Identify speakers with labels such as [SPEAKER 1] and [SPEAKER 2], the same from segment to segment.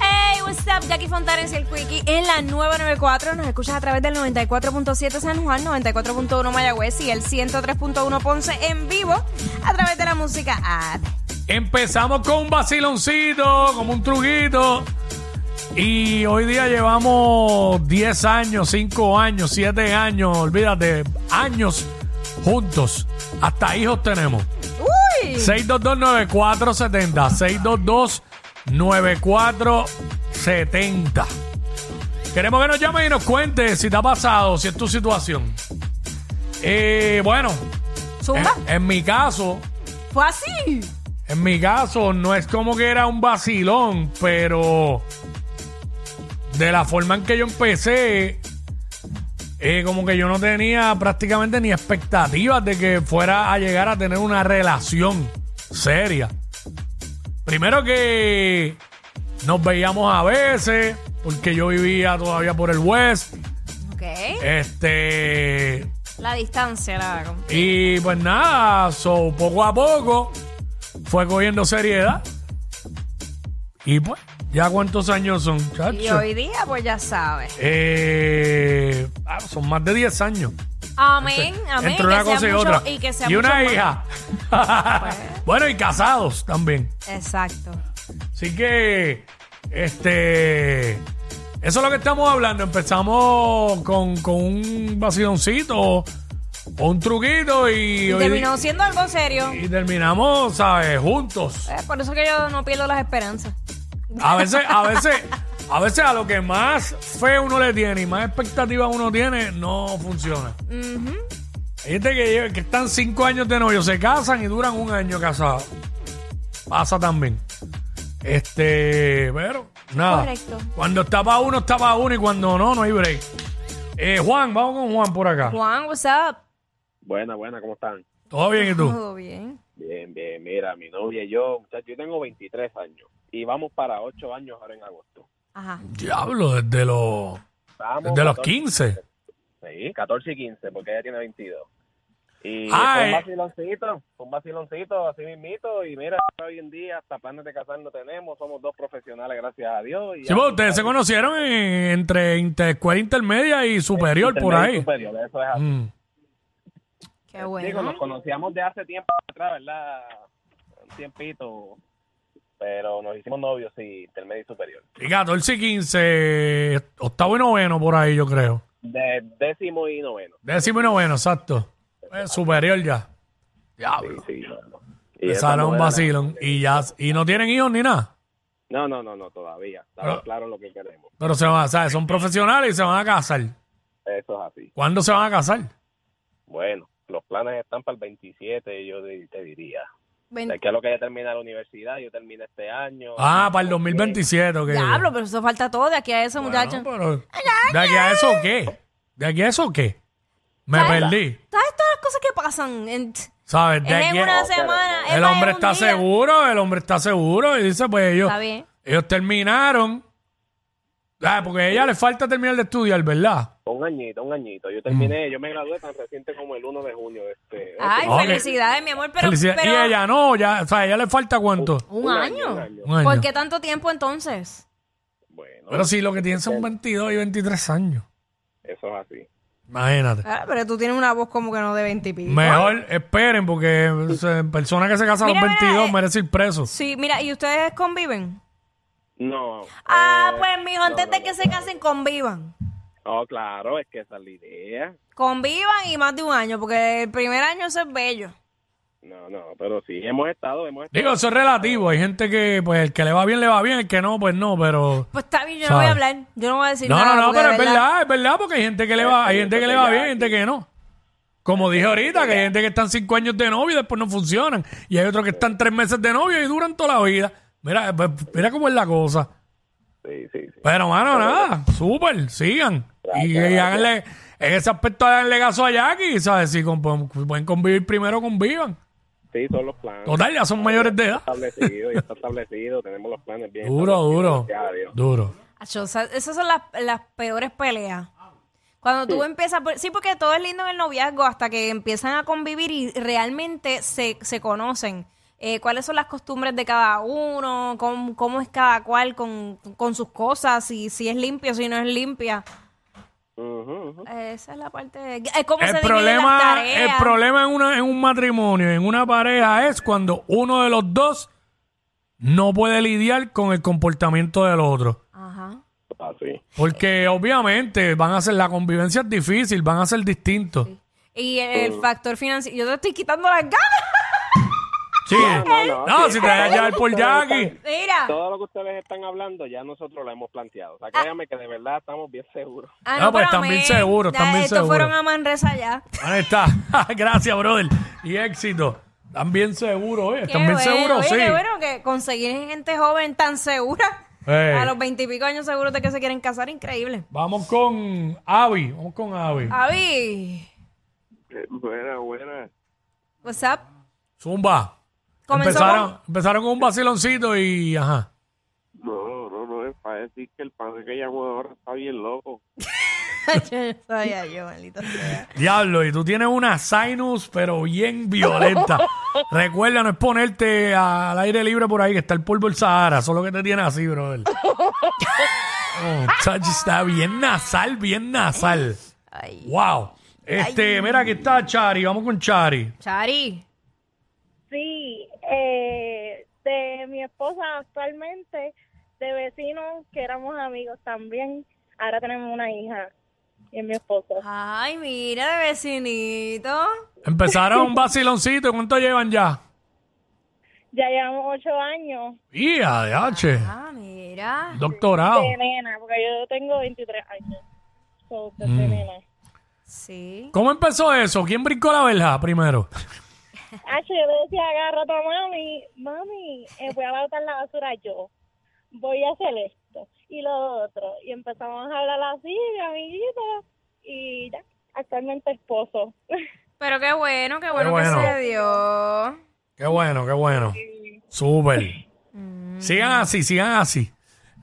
[SPEAKER 1] Hey, what's up? Jackie Fontanes y el Quickie en la nueva 94. Nos escuchas a través del 94.7 San Juan, 94.1 Mayagüez y el 103.1 Ponce en vivo a través de la música app.
[SPEAKER 2] Empezamos con un vaciloncito, como un truquito. Y hoy día llevamos 10 años, 5 años, 7 años, olvídate, años juntos. Hasta hijos tenemos.
[SPEAKER 1] ¡Uy!
[SPEAKER 2] 6229470, 6229470. Queremos que nos llames y nos cuentes si te ha pasado, si es tu situación. Eh, bueno, en,
[SPEAKER 1] ¿Zumba?
[SPEAKER 2] en mi caso,
[SPEAKER 1] ¿Fue así?
[SPEAKER 2] en mi caso, no es como que era un vacilón, pero de la forma en que yo empecé, eh, como que yo no tenía prácticamente ni expectativas de que fuera a llegar a tener una relación seria. Primero que nos veíamos a veces, porque yo vivía todavía por el West.
[SPEAKER 1] Ok.
[SPEAKER 2] Este.
[SPEAKER 1] La distancia la com-
[SPEAKER 2] Y pues nada, so, poco a poco fue cogiendo seriedad. Y pues, ¿ya cuántos años son,
[SPEAKER 1] Y
[SPEAKER 2] chacho?
[SPEAKER 1] hoy día, pues ya sabes.
[SPEAKER 2] Eh, ah, son más de 10 años.
[SPEAKER 1] Amén, amén.
[SPEAKER 2] entre una
[SPEAKER 1] que sea
[SPEAKER 2] cosa y
[SPEAKER 1] mucho-
[SPEAKER 2] otra.
[SPEAKER 1] Y que sea
[SPEAKER 2] una
[SPEAKER 1] mucho más.
[SPEAKER 2] hija. bueno, y casados también.
[SPEAKER 1] Exacto.
[SPEAKER 2] Así que, este, eso es lo que estamos hablando. Empezamos con, con un vaciloncito o un truquito y,
[SPEAKER 1] Y
[SPEAKER 2] hoy-
[SPEAKER 1] terminó siendo algo serio.
[SPEAKER 2] y terminamos, ¿sabes? Juntos.
[SPEAKER 1] Eh, por eso que yo no pierdo las esperanzas.
[SPEAKER 2] A veces, a veces, a veces a lo que más fe uno le tiene y más expectativa uno tiene, no funciona. Hay gente que, lleva- que están cinco años de novio, se casan y duran un año casados. Pasa también. Este, pero, nada.
[SPEAKER 1] Correcto.
[SPEAKER 2] Cuando está para uno, está para uno y cuando no, no hay break. Eh, Juan, vamos con Juan por acá.
[SPEAKER 1] Juan, what's up?
[SPEAKER 3] Buena, buena, ¿cómo están?
[SPEAKER 2] ¿Todo bien y tú?
[SPEAKER 1] Todo bien.
[SPEAKER 3] Bien, bien, mira, mi novia y yo, muchachos, yo tengo 23 años y vamos para 8 años ahora en agosto.
[SPEAKER 1] Ajá.
[SPEAKER 2] Diablo, desde los,
[SPEAKER 3] Vamos
[SPEAKER 2] desde los
[SPEAKER 3] 14
[SPEAKER 2] 15.
[SPEAKER 3] Sí, 14 y 15, porque ella tiene 22. Y
[SPEAKER 2] Ah,
[SPEAKER 3] fue un
[SPEAKER 2] eh.
[SPEAKER 3] vaciloncito, fue un vaciloncito, así mismito, y mira, hoy en día hasta planes de casar no tenemos, somos dos profesionales, gracias a Dios. Y
[SPEAKER 2] Sí, pues, ustedes se conocieron en- entre inter- escuela intermedia y superior por ahí.
[SPEAKER 3] Superior, eso es así.
[SPEAKER 2] Mm.
[SPEAKER 1] Qué
[SPEAKER 3] Digo,
[SPEAKER 1] bueno.
[SPEAKER 3] nos conocíamos de hace tiempo atrás, ¿verdad? Un tiempito, pero nos hicimos novios, sí, intermedio y superior.
[SPEAKER 2] Y 14 y 15, octavo y noveno por ahí, yo creo.
[SPEAKER 3] De décimo y noveno.
[SPEAKER 2] Décimo y noveno, exacto. Eh, superior ya.
[SPEAKER 1] Ah,
[SPEAKER 3] Sí,
[SPEAKER 2] Diablo.
[SPEAKER 3] sí, no, no. Y esa
[SPEAKER 2] Empezaron un
[SPEAKER 3] novela-
[SPEAKER 2] vacilón. Y ya, y no tienen hijos ni nada.
[SPEAKER 3] No, no, no, no, todavía. Estamos
[SPEAKER 2] Pero-
[SPEAKER 3] claros lo que queremos.
[SPEAKER 2] Pero se van, ¿sabes? Son profesionales y se van a casar.
[SPEAKER 3] Eso es así.
[SPEAKER 2] ¿Cuándo se van a casar?
[SPEAKER 3] Bueno, los planes están para el 27, yo di- te diría.
[SPEAKER 1] Ven-
[SPEAKER 3] De aquí a lo que ya termina la universidad, yo termine este año.
[SPEAKER 2] Ah, para el 2027. ok.
[SPEAKER 1] Diablo, pero eso falta todo de aquí a eso,
[SPEAKER 2] Bueno, pues,
[SPEAKER 1] muchachos.
[SPEAKER 2] pero, ¿De aquí a eso qué? ¿De aquí a eso qué? Me perdí.
[SPEAKER 1] ¿Sabes todas las cosas que pasan? En,
[SPEAKER 2] ¿Sabes?
[SPEAKER 1] es
[SPEAKER 2] De
[SPEAKER 1] en
[SPEAKER 2] aquí a-
[SPEAKER 3] Oh,
[SPEAKER 1] una semana. es
[SPEAKER 2] El
[SPEAKER 1] más,
[SPEAKER 2] hombre
[SPEAKER 1] en un
[SPEAKER 2] está
[SPEAKER 1] día.
[SPEAKER 2] seguro, el hombre está seguro. Y dice, pues ellos,
[SPEAKER 1] Está bien.
[SPEAKER 2] ellos terminaron. Ah, porque a ella le falta terminar de estudiar, ¿verdad?
[SPEAKER 3] Eh, Un añito, un añito. Yo terminé, yo me gradué tan reciente como el 1 de junio. de Este,
[SPEAKER 1] Ay,
[SPEAKER 2] Ok.
[SPEAKER 1] felicidades, mi amor, pero.
[SPEAKER 2] Felicidad.
[SPEAKER 1] pero-
[SPEAKER 2] Y ella no, ya, o sea, a ella le falta cuánto.
[SPEAKER 1] ¿Un, año?
[SPEAKER 3] un año.
[SPEAKER 2] Un año.
[SPEAKER 1] ¿Por qué tanto tiempo entonces?
[SPEAKER 3] Bueno,
[SPEAKER 2] Pero si lo que tienen son 22 y 23 años.
[SPEAKER 3] eso es así.
[SPEAKER 2] Imagínate.
[SPEAKER 1] Ah, pero tú tienes una voz como que no de 20 y pico.
[SPEAKER 2] Mejor esperen porque o sea, persona que se casa a los
[SPEAKER 1] Mira, mira,
[SPEAKER 2] 22
[SPEAKER 1] eh.
[SPEAKER 2] merece ir preso.
[SPEAKER 1] Sí, mira, ¿y ustedes conviven?
[SPEAKER 3] No.
[SPEAKER 1] Ah,
[SPEAKER 3] eh,
[SPEAKER 1] pues, mijo,
[SPEAKER 3] no,
[SPEAKER 1] antes
[SPEAKER 3] no,
[SPEAKER 1] de
[SPEAKER 3] no,
[SPEAKER 1] que se
[SPEAKER 3] no.
[SPEAKER 1] casen, convivan.
[SPEAKER 3] No, eh, oh, claro, es que esa es la idea.
[SPEAKER 1] Convivan y más de un año, porque el primer año eso es bello.
[SPEAKER 3] No, no, pero sí, hemos estado, hemos estado.
[SPEAKER 2] Digo, eso es relativo. Hay gente que, pues, el que le va bien, le va bien. El que no, pues no, pero...
[SPEAKER 1] Pues está bien, yo no voy a
[SPEAKER 2] ¿Sabes?
[SPEAKER 1] hablar. Yo no voy a decir
[SPEAKER 2] No,
[SPEAKER 1] nada.
[SPEAKER 2] no, no,
[SPEAKER 1] porque
[SPEAKER 2] pero es
[SPEAKER 1] de
[SPEAKER 2] verdad, es verdad, porque hay gente que le va, hay gente que le va bien, hay gente que no. Como dije ahorita, que hay gente que están cinco años de novio y después no funcionan. Y hay otros que están tres meses de novio y duran toda la vida. Mira, pues, mira cómo es la cosa.
[SPEAKER 3] Sí, sí, sí.
[SPEAKER 2] Pero, mano, nada, súper, sigan. Y, y háganle, en ese aspecto, háganle caso a Jackie, ¿sabes? Si con- pues, pueden convivir primero, convivan.
[SPEAKER 3] Sí, son los planes.
[SPEAKER 2] Total, ya son mayores de edad.
[SPEAKER 3] Establecido, ya está establecido, tenemos los planes bien.
[SPEAKER 2] Duro, duro,
[SPEAKER 3] establecidos.
[SPEAKER 2] duro.
[SPEAKER 1] Acho, o sea, esas son las, las peores peleas. Cuando tú empiezas, por- sí, porque todo es lindo en el noviazgo hasta que empiezan a convivir y realmente se, se conocen. Eh, ¿Cuáles son las costumbres de cada uno? ¿Cómo, cómo es cada cual con, con sus cosas? Si, si es limpio, si no es limpia.
[SPEAKER 3] Ujú, ujú.
[SPEAKER 1] Esa es la parte de... eh, ¿Cómo se
[SPEAKER 2] El
[SPEAKER 1] dividen las
[SPEAKER 2] problema, el
[SPEAKER 1] tareas?
[SPEAKER 2] problema en, una, en un matrimonio, en una pareja, es cuando uno de los dos no puede lidiar con el comportamiento del otro.
[SPEAKER 1] Ajá.
[SPEAKER 3] Así.
[SPEAKER 2] Porque obviamente van a ser, la convivencia es difícil, van a ser distintos.
[SPEAKER 1] Y el, el factor financiero... Yo te estoy quitando las ganas.
[SPEAKER 2] Sí.
[SPEAKER 3] no, no,
[SPEAKER 2] No,
[SPEAKER 3] sí.
[SPEAKER 2] si te dejas llevar por Jackie.
[SPEAKER 1] Mira.
[SPEAKER 3] Todo lo que ustedes están hablando ya nosotros lo hemos planteado. O sea, créanme que de verdad estamos bien seguros.
[SPEAKER 1] Ah,
[SPEAKER 2] No, pues,
[SPEAKER 1] pero
[SPEAKER 2] están bien
[SPEAKER 1] amén.
[SPEAKER 2] seguros,
[SPEAKER 1] Ya,
[SPEAKER 2] están bien
[SPEAKER 1] Estos fueron
[SPEAKER 2] seguros.
[SPEAKER 1] a Manresa ya.
[SPEAKER 2] Ahí está. Gracias, brother. Y éxito. Están bien seguros, oye. Están
[SPEAKER 1] Qué
[SPEAKER 2] bien
[SPEAKER 1] bueno,
[SPEAKER 2] seguros,
[SPEAKER 1] oye,
[SPEAKER 2] sí.
[SPEAKER 1] qué bueno que conseguir gente joven tan segura.
[SPEAKER 2] Ey.
[SPEAKER 1] A los veintipico años seguros de que se quieren casar, increíble.
[SPEAKER 2] Eh, Vamos con Avi. Vamos con Avi.
[SPEAKER 1] Ah. Avi,
[SPEAKER 3] Eh, Buena, buena.
[SPEAKER 1] what's up?
[SPEAKER 2] Zumba.
[SPEAKER 1] Comenzó
[SPEAKER 2] Empezaron, empezaron con un vaciloncito y ajá.
[SPEAKER 3] No, no, no, es para decir que el padre que llamó ahora está bien loco.
[SPEAKER 1] Sabía yo, maldito sea.
[SPEAKER 2] Diablo, y tú tienes una sinus, pero bien violenta. Recuerda, no es ponerte al aire libre por ahí, que está el polvo del Sahara. Solo que te tiene así, brother. Oh, chacho, está bien nasal, bien nasal.
[SPEAKER 1] Ay.
[SPEAKER 2] Wow. Este, mira, aquí está Chari. Vamos con Chari.
[SPEAKER 1] Chari,
[SPEAKER 4] Sí, eh, de mi esposa actualmente, de vecinos que éramos amigos también, ahora tenemos una hija y es mi esposo.
[SPEAKER 1] ay, mira de vecinito.
[SPEAKER 2] Empezaron un vaciloncito. ¿Cuánto llevan ya?
[SPEAKER 4] Ya llevamos ocho años
[SPEAKER 2] Ia, de H.
[SPEAKER 1] Ah, mira.
[SPEAKER 2] Doctorado.
[SPEAKER 4] de nena, porque yo tengo 23 años, so, desde nena.
[SPEAKER 1] Sí.
[SPEAKER 2] ¿Cómo empezó eso? ¿Quién brincó la verja primero?
[SPEAKER 4] Ah, yo le decía a rato a mami, mami, eh, voy a botar la basura yo, voy a hacer esto y lo otro. Y empezamos a hablar así, de amiguitos, y ya, actualmente esposo.
[SPEAKER 1] Pero qué bueno, qué bueno,
[SPEAKER 2] bueno.
[SPEAKER 1] que se dio.
[SPEAKER 2] Qué bueno, qué bueno. Súper.
[SPEAKER 1] Mm.
[SPEAKER 2] Sigan así, sigan así.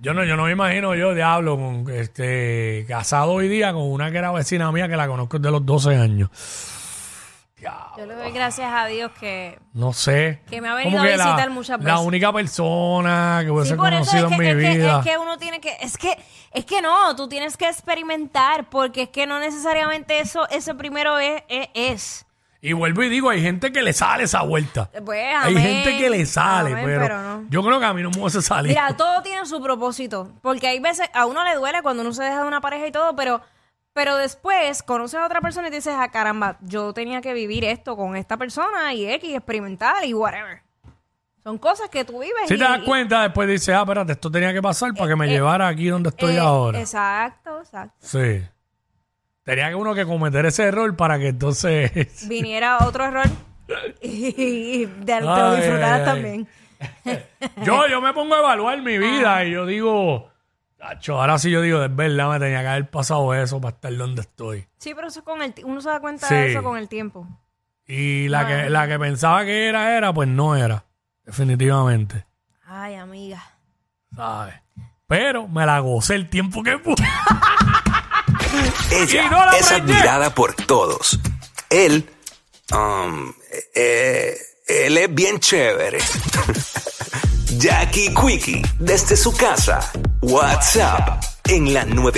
[SPEAKER 2] Yo no, yo no me imagino yo, diablo, con, este, casado hoy día con una que era vecina mía que la conozco desde los 12 años.
[SPEAKER 1] Yo le doy gracias a Dios que
[SPEAKER 2] No sé.
[SPEAKER 1] Que me ha
[SPEAKER 2] Como
[SPEAKER 1] venido a
[SPEAKER 2] que la-
[SPEAKER 1] visitar muchas
[SPEAKER 2] La
[SPEAKER 1] veces.
[SPEAKER 2] única persona que hubiese
[SPEAKER 1] Sí, por eso es
[SPEAKER 2] Pues conocido
[SPEAKER 1] que,
[SPEAKER 2] en mi
[SPEAKER 1] es que-
[SPEAKER 2] vida.
[SPEAKER 1] es que uno tiene que, es que, es que no, tú tienes que experimentar, porque es que no necesariamente eso, eso primero es, es, es.
[SPEAKER 2] Y vuelvo y digo, hay gente que le sale esa vuelta.
[SPEAKER 1] Pues,
[SPEAKER 2] hay
[SPEAKER 1] amén,
[SPEAKER 2] gente que le sale,
[SPEAKER 1] amén,
[SPEAKER 2] pero,
[SPEAKER 1] no.
[SPEAKER 2] yo creo que a mí no me hubiese salido.
[SPEAKER 1] Mira, todo tiene su propósito, porque hay veces, a uno le duele cuando uno se deja de una pareja y todo, pero, pero después conoces a otra persona y te dices, ah, caramba, yo tenía que vivir esto con esta persona y X, experimentar y whatever. Son cosas que tú vives.
[SPEAKER 2] si
[SPEAKER 1] y-
[SPEAKER 2] te das
[SPEAKER 1] y-
[SPEAKER 2] cuenta, después dices, ah, espérate, esto tenía que pasar para que me llevara aquí donde estoy
[SPEAKER 1] eh,
[SPEAKER 2] ahora.
[SPEAKER 1] Exacto, exacto.
[SPEAKER 2] Sí. Tenía que uno que cometer ese error para que entonces.
[SPEAKER 1] viniera otro error y, de- te lo
[SPEAKER 2] Ay,
[SPEAKER 1] disfrutaras
[SPEAKER 2] ay, ay.
[SPEAKER 1] también.
[SPEAKER 2] yo, yo me pongo a evaluar mi vida y yo digo, "Tacho, ahora sí yo digo, es verdad, me tenía que haber pasado eso para estar donde estoy.
[SPEAKER 1] Sí, pero eso es con el ti- uno se da cuenta
[SPEAKER 2] Sí.
[SPEAKER 1] de eso con el tiempo.
[SPEAKER 2] Y la que, la que pensaba que era, era, pues no era. Definitivamente.
[SPEAKER 1] Ay, amiga.
[SPEAKER 2] ¿Sabes? Pero me la gocé el tiempo que pude. Y no la
[SPEAKER 5] Ella es
[SPEAKER 2] preñé.
[SPEAKER 5] admirada por todos. Él, um, eh, él es bien chévere. Jackie Quickie, desde su casa. WhatsApp en la 9.